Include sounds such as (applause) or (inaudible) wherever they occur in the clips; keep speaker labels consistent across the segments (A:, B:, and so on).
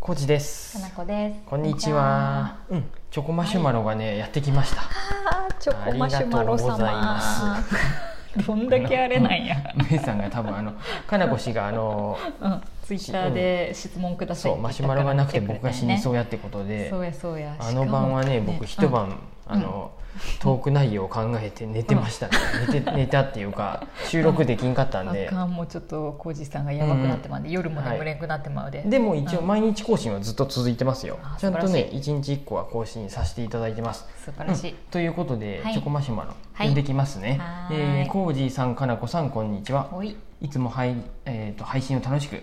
A: コーチです
B: かなこです。
A: こんにちはうんチョコマシュマロがね、やってきました
B: こんにちは。あーチョコマシュマロ様。
A: あ
B: どんだけあれなんや。
A: メイさんが多分
B: (laughs)
A: あのかなこ氏があの
B: うん、ツイッターで質問くださ
A: そ
B: いっ
A: う
B: て
A: マ
B: 言っ
A: シュ
B: た
A: マ
B: から
A: ロがなくて僕が死に
B: う
A: そうやってことで
B: そうやそうや。
A: あの晩はね
B: しかも
A: 僕一晩、あのトーク内容を考えて寝てましたね、寝て寝たっていうか収録できんかったん
B: あ
A: で、
B: かんもうちょっと浩二さんがやばくなってまうんで、夜も眠れんくなってまうで。
A: でも一応
B: うん
A: 毎日更新はずっと続いてますよ、
B: あ
A: ちゃんと
B: 素晴
A: ね
B: ら
A: 一日一個は更新させていただいてます
B: 素晴らしい。
A: うんということで、
B: はい
A: チョコマシュマロ
B: はい
A: 呼んできますね、
B: はーい
A: えー、コージーさんかなこさんこんにちは
B: おい。
A: いつも配,、えー、と配信を楽しく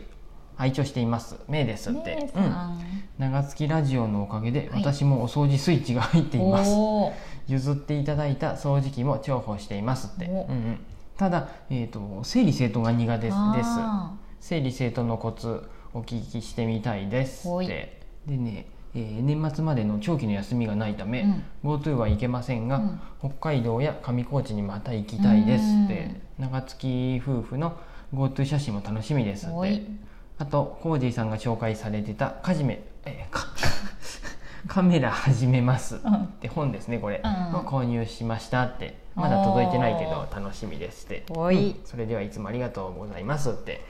A: 拝聴していますめいですって、
B: ねえ
A: う
B: さ
A: ん、
B: ん。
A: 長月ラジオのおかげで
B: はい
A: 私もお掃除スイッチが入っています、
B: おー
A: 譲っていただいた掃除機も重宝していますって、
B: お
A: うんうんただ、えー、と整理整頓が苦手ですです
B: あ
A: 整理整頓のコツお聞きしてみたいです
B: ほ
A: っ
B: い
A: てでね、えー年末までの長期の休みがないため、
B: うん
A: GoTo は行けませんが、
B: うん
A: 北海道や上高地にまた行きたいですって長月夫婦の GoTo 写真も楽しみですっ
B: ほい
A: てあとコージーさんが紹介されてたカジメ、えー
B: (laughs)
A: かカメラ始めますっ
B: ー。うん。
A: て本ですねこれ、
B: うん
A: を購入しましたってまだ届いてないけど楽しみですって
B: ほい
A: うんそれではいつもありがとうございますって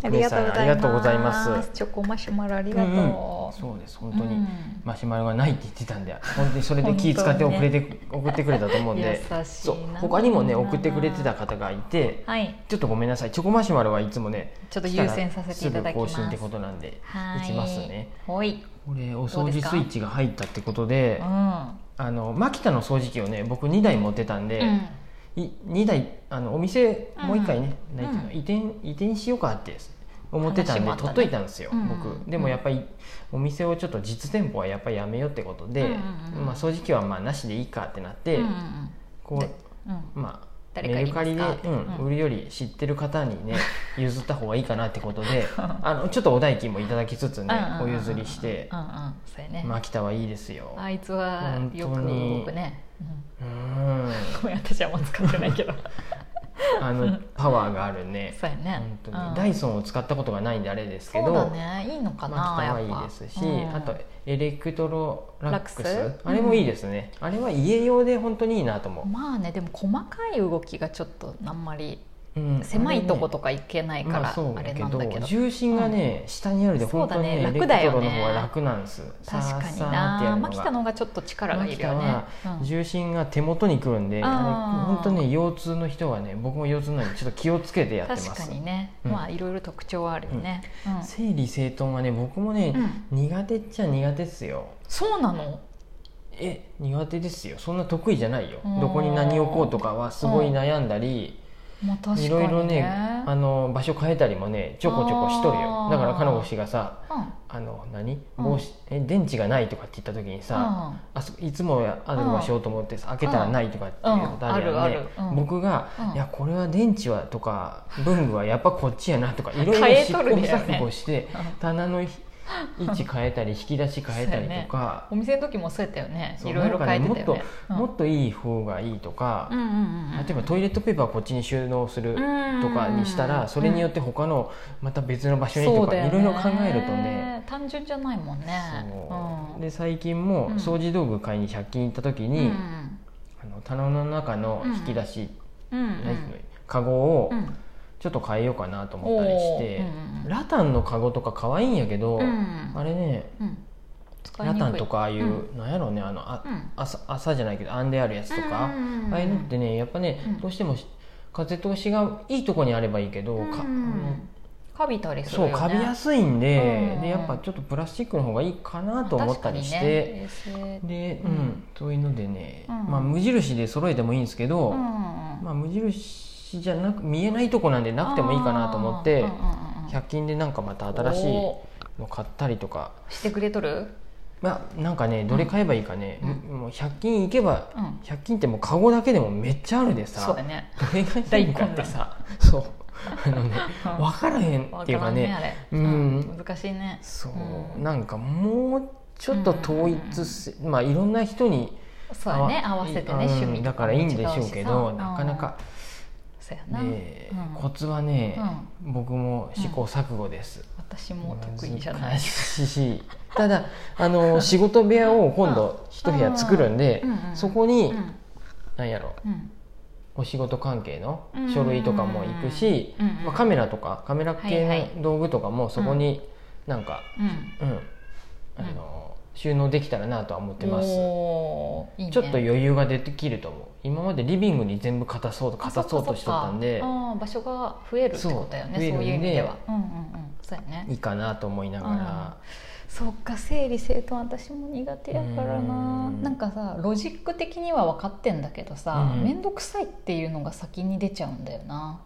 B: ありがとうございます。
A: ありがとうございます
B: チョコマシュマロありがと
A: う
B: う。
A: んそうです本当に、
B: うん
A: マシュマロがないって言ってたんで本当にそれで気使って
B: 本当
A: 送れ
B: に
A: て、送ってくれたと思うんで
B: 優しいな
A: そう他にもね送ってくれてた方がいて
B: はい。
A: ちょっとごめんなさいチョコマシュマロはいつもね
B: ちょっと優先させていただきます
A: 来たらすぐ更新ってことなんで
B: はい
A: いきますね
B: ほい。
A: これお
B: どう
A: 掃
B: で
A: 除
B: すか
A: スイッチが入ったってことで
B: うん。
A: あの牧田の掃除機をね僕2台持ってたんで、い2台あのお店もう1回ね、
B: うん
A: なんていうの移転移転しようかって思ってたん
B: 話
A: で
B: もあったね
A: 取っといたんですよ、
B: うん
A: 僕でもやっぱりお店をちょっと実店舗はやっぱりやめようってことで、
B: うんうんうん
A: まあ、掃除機はまあなしでいいかってなって、
B: うんうん
A: こ
B: で
A: うまあ
B: 誰か
A: メルカリで、
B: いますか
A: うん
B: うん
A: 売るより知ってる方にね譲った方がいいかなってこと
B: (laughs)
A: であのちょっとお代金もいただきつつね
B: うん
A: お譲りして
B: う、んうん、そうやね、
A: まあ、秋田はいいですよ。
B: あいつはよく動くね、うん、
A: うん
B: ごめん私はもう使ってないけど
A: あのパワーがあるね
B: そうやね
A: 本当に、
B: うん
A: ダイソンを使ったことがないんであれですけど
B: そうだねいいのかな、
A: まあ、汚い
B: やっぱ
A: ですし、
B: うん
A: あとエレクトロラックス
B: ラックス
A: あれもいいですね、あれは家用で本当にいいなと思
B: まあねでも細かい動きがちょっとあんま
A: う、う
B: り
A: ん
B: 狭いとことか行けないか
A: ま
B: ら
A: あそうだ
B: あれ
A: け
B: なん
A: ど
B: だけど、
A: 重心がね、下にあるで本当に、ね
B: そうだね
A: エレ
B: 楽
A: ク
B: だ
A: ト
B: よ
A: ロ
B: ね
A: の方が楽なんです
B: 確かに
A: さーさーってや
B: な
A: るのが
B: 牧田の方がちょっと力がいるよね
A: マキタは重心が手元にくるんで、
B: ん
A: あれ本当ね腰痛の人はね僕も腰痛なのにちょっと気をつけてやってます
B: 確かにね、
A: うん
B: まあいろいろ特徴はあるよね、うん
A: 整理整頓はね僕もね、苦手っちゃ苦手っすよ
B: そうなの
A: え苦手ですよそんな得意じゃないよ
B: うん
A: どこに何置こうとかはすごい悩んだり、
B: まあ確かにね
A: いろいろねあの場所変えたりもねちょこちょこしとるよ
B: あー
A: だからかのこ氏がさ
B: うん
A: あの何帽子、え電池がないとかって言った時にさ、
B: うん
A: あそこいつもある場所と思ってさ、開けたらないとかっていうことある
B: うん
A: よ
B: あ
A: ね、
B: るあるうん
A: 僕が、
B: うん
A: いやこれは電池はとか文具はやっぱこっちやなと
B: (laughs)
A: かいろいろ
B: 変え
A: 試行
B: とるだよね
A: 錯誤して、棚のひ位置変えたり引き出し変え
B: (laughs)
A: たりとか、
B: お店の時もそうやったよね
A: そう
B: いろいろ変えてたよね
A: なんかねもっともっといい方がいいとか、例えばトイレットペーパーこっちに収納するとかにしたら、それによって他のまた別の場所にとか、いろいろ考えるとね。
B: 単純じゃないもんね
A: そう
B: うん
A: で最近も
B: うん
A: 掃除道具買いに100均行った時
B: う
A: に、
B: ん
A: あの棚の中の引き出し、
B: うんうん
A: なんていうのカゴを
B: うん
A: ちょっと変えようかなと思ったりして、
B: おーうんうん
A: ラタンのカゴとか可愛いんやけど、
B: うん
A: あれね
B: うん使い
A: ラ
B: にくい
A: タンとかああいう、
B: う
A: なんやろうねあのあ、
B: うん
A: 朝朝じゃないけど編んであるやつとか、
B: うんうんうん
A: ああいうのってねやっぱね、
B: うん
A: どうしてもし風通しがいいとこにあればいいけど、
B: うん
A: かあの
B: カビたりする
A: そ
B: よ
A: う
B: ね
A: かびや
B: す
A: すいんで,、
B: うん
A: でやっぱちょっとプラスチックの方がいいかなと思ったりして、で、うん
B: うん
A: そういうのでね、
B: うん
A: まあ、無印で揃えてもいいんですけど、
B: な
A: まあ、無印じゃなく見えないとこなんでなくてもいいかなと思って、100均でなんかまた新しいの買ったりとか。
B: してくれとる
A: まあ、なんかねどれ買えばいいかね、
B: うん
A: もう100均行けば、
B: うん
A: 100均ってもうカゴだけでもめっちゃあるで
B: そう
A: さ、
B: だね
A: どれ
B: (laughs)
A: がいいかってさ (laughs) そうあのね
B: うん
A: 分からへんっていうかね
B: わらんあれ
A: うん
B: 難しいね
A: そう、
B: うん
A: なんかもうちょっと統一せ、まあいろんな人に
B: そうやね合わせて
A: う
B: ね
A: ん
B: 趣味と
A: だ
B: か
A: から
B: も
A: いい
B: 違うんしさ
A: でしょうけどなかなか、
B: そやな、
A: で、
B: うん
A: コツはね、僕も試行錯誤です、
B: 私も得意じゃない
A: 難しいしただあの仕事部屋を今度一部屋作るんで、
B: うんうん
A: そこに、
B: うん
A: なんやろ
B: うん
A: お仕事関係の書類とかも行くし、
B: うんうんうん
A: まあ、カメラとかカメラ
B: はいは
A: 系
B: い
A: の道具とかもそこになんか、
B: うん
A: うんあの収納できたらなとは思ってます、
B: おーいいね、
A: ちょっと余裕が出てきると思う今までリビングに全部片そうと片そうとしとったんで
B: あそっかあー場所が増えるってことだよね
A: そう
B: そういう意味では
A: 増
B: うんうんうんそうやね
A: いいかなと思いながら、
B: そっか整理整頓私も苦手やからな
A: うん
B: なんかさロジック的には分かってんだけどさ
A: うん
B: 面倒、くさいっていうのが先に出ちゃうんだよな、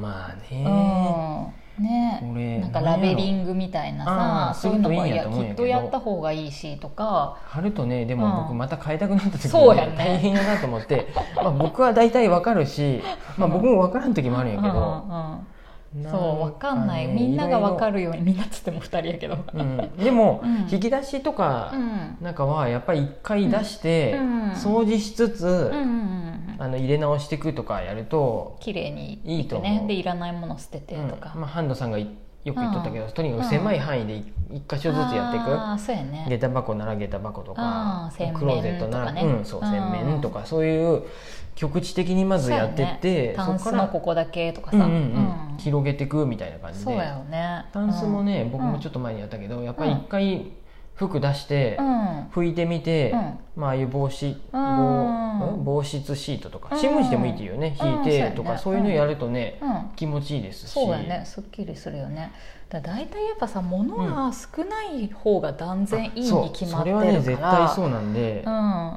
A: まあね
B: うん
A: こ
B: ね
A: れ
B: なんかラベリングみたいな
A: なんやろあ
B: さ
A: ー
B: そういうのも
A: するといいんや
B: や
A: と思うんや
B: き
A: け
B: っ
A: ど
B: とやった方がいいしとか
A: 貼るとねで
B: うん
A: も僕また変えたくなった時
B: そう
A: に、
B: やね
A: 大変やなと思って、まあ、僕は大体わかるし、まあ、僕もわからん時もあるんやけ
B: うん
A: ど、
B: うんうん
A: な
B: そう分かんない、
A: ね
B: みんなが分か
A: い
B: るようにみんなっつっても2人やけど、
A: ろいろうん、でも、
B: うん
A: 引き出しとか
B: うん
A: なんかはやっぱり一回出して、
B: うん
A: 掃除しつつ、
B: うんうんうんうん
A: あの入れ直していくとかやると、
B: 綺麗に
A: いいと
B: く
A: 思
B: ね
A: う
B: でいらないもの捨ててとか、
A: うんまあ、ハンドさんがいよく言っとったけど、とにかく狭い範囲でい一箇所ずつやっていく、
B: あーそうやね
A: 下駄箱なら下駄箱とか
B: あー洗面
A: クローゼットなら、
B: とかね
A: うん、そう
B: うん
A: 洗面とかそういう局地的にまずやってって
B: タンス
A: から
B: のここだけとか
A: う
B: さ、
A: んうんうん
B: うん
A: 広げていくみたいな感じ
B: そう
A: で
B: やよね
A: タンスもね、僕
B: う
A: も
B: ん
A: ちょっと前にやったけどやっぱり一回服出して
B: うん、うん
A: 拭いてみて、
B: うん
A: まあああいう防止防
B: うん
A: ん防湿シートとか
B: うん
A: 新聞紙でもいいっていうね
B: うん
A: 引いてとか
B: そ
A: そうう
B: やね
A: いうのやるとね
B: うん
A: 気持ちいいですし
B: そうやねすっきりするよねだだいたいやっぱさ物が少ない方が断然いい
A: そう
B: に決ま
A: そ
B: って
A: れ
B: るから、
A: はね絶対そううなんで、
B: ん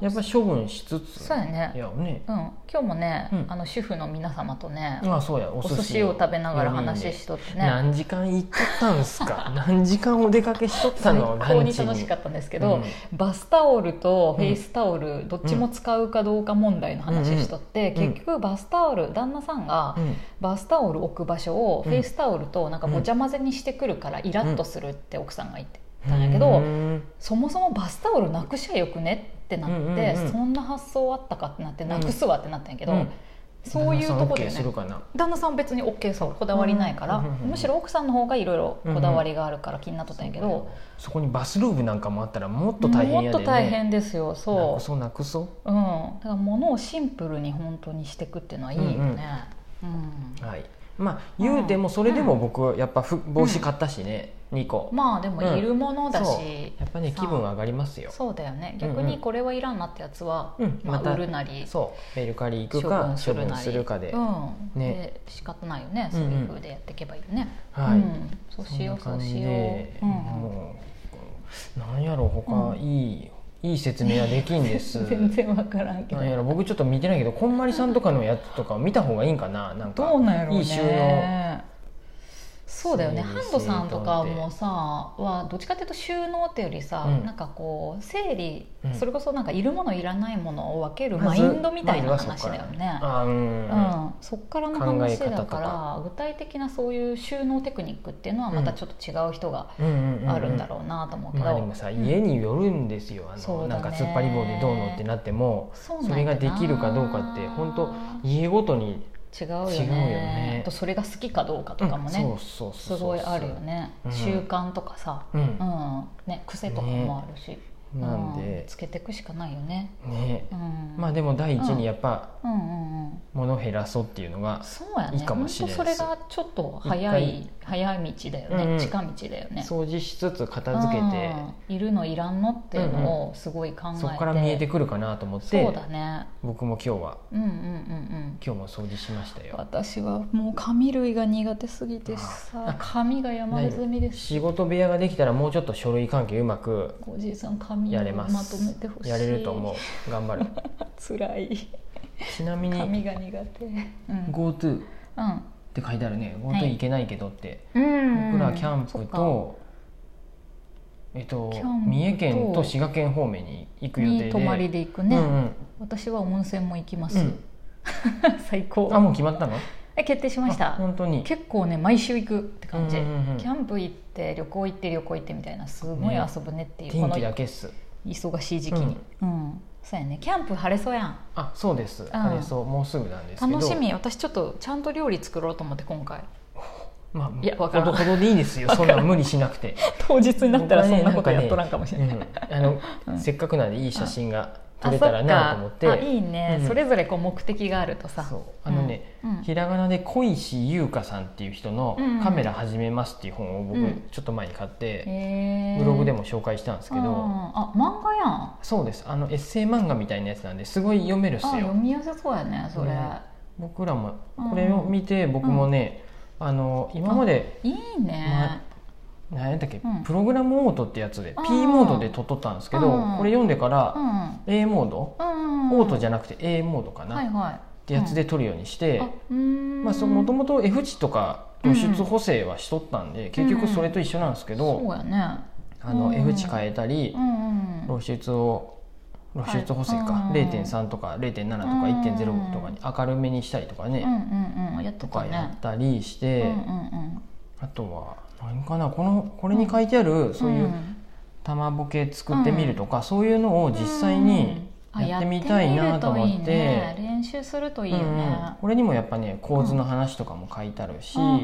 A: やっぱ処分しつつ
B: そうやね
A: いやね
B: うん、今日もね、
A: うん
B: あの主婦の皆様とね、
A: あそうやお
B: お
A: 寿司
B: 寿司を食べながら話し
A: と
B: とってね
A: 何時間行っとったんす
B: (laughs)
A: か何時間お出かけしとった
B: 最
A: の
B: 高に楽しかったんですけど、バスタオルとフェイスタオル、どっちも使うかどうか問題の話しとって、
A: うんうん
B: 結局バスタオル旦那さんが
A: うん
B: バスタオル置く場所を
A: う
B: フ
A: ん
B: ェイスタオルとなんかごちゃ混ぜにしてくるからイラッとするって奥さんが言ってたんやけ
A: う
B: ど、
A: ん
B: そもそもバスタオルなくしゃよくねってなって、
A: うんうんうん
B: そんな発想あったかってなってなくすわってなったんやけど、
A: うん
B: そういうとこだ
A: 旦那さん OK
B: よ
A: す
B: ね
A: るかな
B: 旦那さんは別に OK そうこだわりないから、
A: うんうんうんうん
B: むしろ奥さんの方がいろいろこだわりがあるから気になっとったんやけど、
A: そこにバスルームなんかもあったらもっと大変やでね
B: もっと大変ですよ
A: な
B: そ
A: く
B: う、
A: そうなくそう
B: ん、だから物をシンプルに本当にしていくっていうのはいいよね、うん
A: はいまあ言うてもそれでも僕はやっぱふ帽子買ったしね2個
B: まあでもいるものだ
A: そう
B: し、
A: やっぱね
B: さ
A: 気分上がりますよ
B: そうだよね
A: うんうん
B: 逆にこれはいらんなってやつは、
A: うん
B: まあ
A: また
B: 売るなり
A: そうメルカリ行くか処分するかで
B: うん
A: ね
B: で仕方ないよねそういう風でやっていけばいいよね、
A: は
B: う
A: い
B: ん、そうしよう
A: ん
B: そ
A: な感
B: う
A: じ
B: しよう、
A: で
B: うん、
A: もうなんやろ他いい、いい説明はできんです
B: (laughs) 全然わからんけど
A: なんやろ僕ちょっと見てないけどこんまりさんとかのやつとか見た方がいいんかななんか
B: どうなんやろうね
A: いい収納
B: そうだよね
A: 整
B: ハ
A: 理
B: ンドさんとかもさはどっちかっていうと収納っていうよりさ、
A: うん
B: なんかこう整理、
A: うん
B: それこそなんかいるものいらないものを分ける
A: ま
B: マ
A: ず
B: インドみたいな
A: まずは
B: 話
A: そっ
B: だ
A: から
B: よね。
A: あう、
B: うんん、そっからの話
A: 考え方
B: だ
A: と
B: か
A: から
B: 具体的なそういう収納テクニックっていうのはまたちょっと違う人が
A: うんうんうんうん
B: あるんだろうなと思うけど、
A: まあでもさ家によるんですよ、あ
B: そ
A: の
B: うだ
A: な
B: ね
A: んか突っ張り棒でどうのってなっても
B: そう
A: そ
B: なん
A: れが
B: やな
A: できるかどうかって本当家ごとに、
B: 違うよね
A: 違うよね
B: あとそれが好きかどうかとかもね、
A: うんそうそう
B: す
A: そうそう
B: ごいあるよね、
A: うん
B: 習慣とかさ、
A: うん
B: うんね、癖とかもあるし、う
A: なんで
B: つけていくしかないよね、
A: ね
B: うん、
A: まあでも第一にやっぱ
B: うんうんうん
A: 物を減らそうっていうのが、
B: そうやね
A: いいかもしれん
B: ほ
A: で
B: ん
A: す
B: とそれがちょっと早い早い道だよね、
A: うんうん
B: 近道だよね
A: 掃除しつつ片付けて、
B: うんいるのいらんのっていうのをすごい考えて、
A: そこから見えてくるかなと思って
B: そうだね
A: 僕も今日は
B: うんうんうんうん
A: 今日も掃除しましたよ
B: 私はもう紙類が苦手すぎて
A: あ
B: さ紙が山積みです
A: 仕事部屋ができたらもうちょっと書類関係うまく
B: おじいさん紙
A: や
B: を
A: れま
B: ますとめてほしい
A: やれると思う頑張
B: (laughs)
A: る
B: 辛い
A: ちなみに
B: 髪が苦手うん
A: GoTo っ
B: うん
A: て書いてあるね
B: はい
A: GoTo 行けないけどって、
B: うん
A: 僕らキャン
B: そっ
A: プ
B: か
A: と、えっと
B: キャンプと
A: 三重県と滋賀県方面に行く予定で
B: に泊まりで行くね、
A: うんうん
B: 私は温泉も行きます、
A: うん
B: (laughs) 最
A: あ
B: 高
A: もう決まったの
B: え決定しまし
A: あ
B: た
A: 本当に
B: 結構ね毎週行くって感じ、
A: うんうんうん
B: キャンプ行って旅行行って旅行行ってみたいなすごい遊ぶねっていう、こ
A: 天
B: の
A: 気だけっす
B: 忙しい時期に、うんそうやねキャンプ晴れそうやん
A: あそうです、
B: ん
A: あれそうもうすぐなんですけど
B: 楽しみ私ちょっとちゃんと料理作ろうと思って今回
A: まあ
B: いやわ
A: ほ
B: からん
A: どほどでいいですよ
B: わ
A: そ
B: か
A: ん
B: らん
A: な無理しなくて、
B: (laughs) 当日になったらそんなこと
A: 僕はね
B: やっとらんかもし
A: う
B: れない、
A: ん、あの、
B: うん
A: せっかくなんでいい写真が撮
B: あ
A: れたらなと思って
B: そっかあいいね、
A: うん
B: それぞれこう目的があるとさ
A: そうあのね、
B: うん
A: ひらがなで小石優香さんっていう人の
B: うん
A: 「
B: うん
A: カメラ始めます」っていう本を僕
B: うん
A: ちょっと前に買って、
B: へー
A: ブログでも紹介したんですけど、
B: うんあ漫画やんあ
A: そうですあのエッセイ漫画みたいなやつなんですごい読めるっす
B: 読
A: よ
B: みやすそうやねそれ、
A: 僕らも
B: うん
A: これを見て僕もね、あの今まで
B: いいね、
A: 何やったっけ、
B: うん
A: プログラムモードってやつで
B: あー
A: P モードで撮っとったんですけど、
B: うん
A: これ読んでから
B: うん
A: A モード、
B: うん
A: オートじゃなくて A モードかな、
B: は
A: っ
B: いはいって
A: やつで撮るようにして、ま
B: ま
A: あ、そもともと F 値とか露出補正はしとったんで、結局それと一緒なんですけど、
B: そうやね
A: あの
B: うん
A: F 値変えたり
B: う、んうん
A: 露出を露出補正か、
B: はいうん
A: 0.3とか0.7とか
B: うん
A: 1.0とかに明るめにしたりとかね、
B: うんうんうんやっと
A: と
B: った
A: かや
B: ね
A: ったりし
B: う
A: て、
B: んうん
A: あとは何かなこのこれに書いてあるそういううん玉ボケ作ってみるとか、そういうのを実際に
B: うん
A: やってみたいなと思っ
B: あやってみるといいね練習するといいよ
A: うんうん
B: ね
A: これにもやっぱね構図の話とかも書いてあるし、
B: うんうんうんうん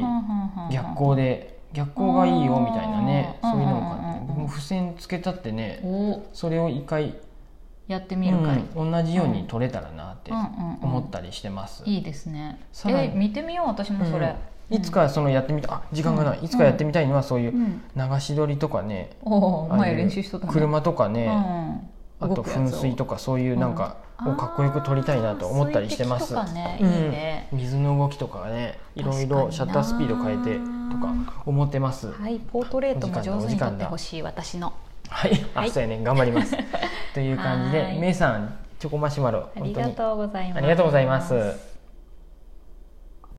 A: 逆光で逆光がいいよみたいなね、
B: うん
A: そういうのも書いてある
B: うん
A: 僕も付箋つけたってね、
B: お
A: それを一回
B: やってみるかい
A: うん同じように撮れたらなって
B: うんうんうん
A: 思ったりしてます、
B: いいですね
A: さらに
B: え見てみよう私もそれ
A: いつかそのやってみたあ時間がない、いつかやってみたいのはそういう
B: う
A: うん流し撮りとかね、
B: おお
A: ああいう
B: 前練習しとったね
A: 車とか
B: う
A: ね、
B: ん
A: あと
B: 動くや
A: 噴
B: つを
A: 水とかそういうなんか
B: あ
A: を
B: ー
A: かっこよく撮りたいなと思ったりしてます、
B: 水滴とかね
A: うん
B: いいね
A: 水の動きとかがねいろい
B: 確かに
A: ろ
B: な
A: シャッタースピード変えてとか思ってます
B: はいポートレートも上手に撮ってほしい私の
A: はい、あそうやね頑張りますという感じ
B: (laughs) は
A: で
B: い
A: めいさんチョコマシュマロ
B: あり
A: 本当
B: が
A: に
B: とうございます
A: ありがとうございます